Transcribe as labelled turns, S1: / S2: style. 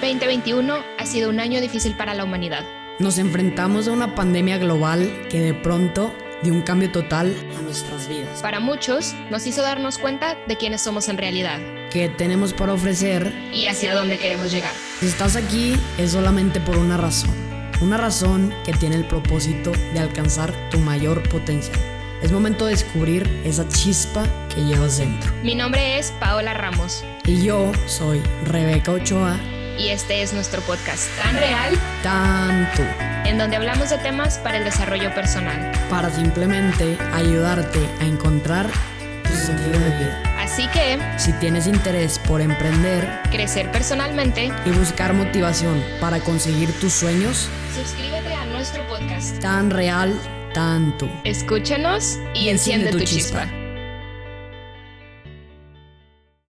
S1: 2020-2021 ha sido un año difícil para la humanidad.
S2: Nos enfrentamos a una pandemia global que de pronto dio un cambio total a nuestras vidas.
S1: Para muchos, nos hizo darnos cuenta de quiénes somos en realidad
S2: ¿Qué tenemos para ofrecer?
S1: y hacia dónde queremos llegar.
S2: Si estás aquí es solamente por una razón. Una razón que tiene el propósito de alcanzar tu mayor potencial. Es momento de descubrir esa chispa que llevas dentro.
S1: Mi nombre es Paola Ramos
S2: Y yo soy Rebeca Ochoa,
S1: y este es nuestro podcast tan real
S2: tanto
S1: en donde hablamos de temas para el desarrollo personal.
S2: para simplemente ayudarte a encontrar tu sentido de vida.
S1: Así que,
S2: Si tienes interés por emprender,
S1: crecer personalmente,
S2: y buscar motivación para conseguir tus sueños
S1: suscríbete a nuestro podcast.
S2: tan real, tanto.
S1: Escúchanos y, enciende, tu, chispa.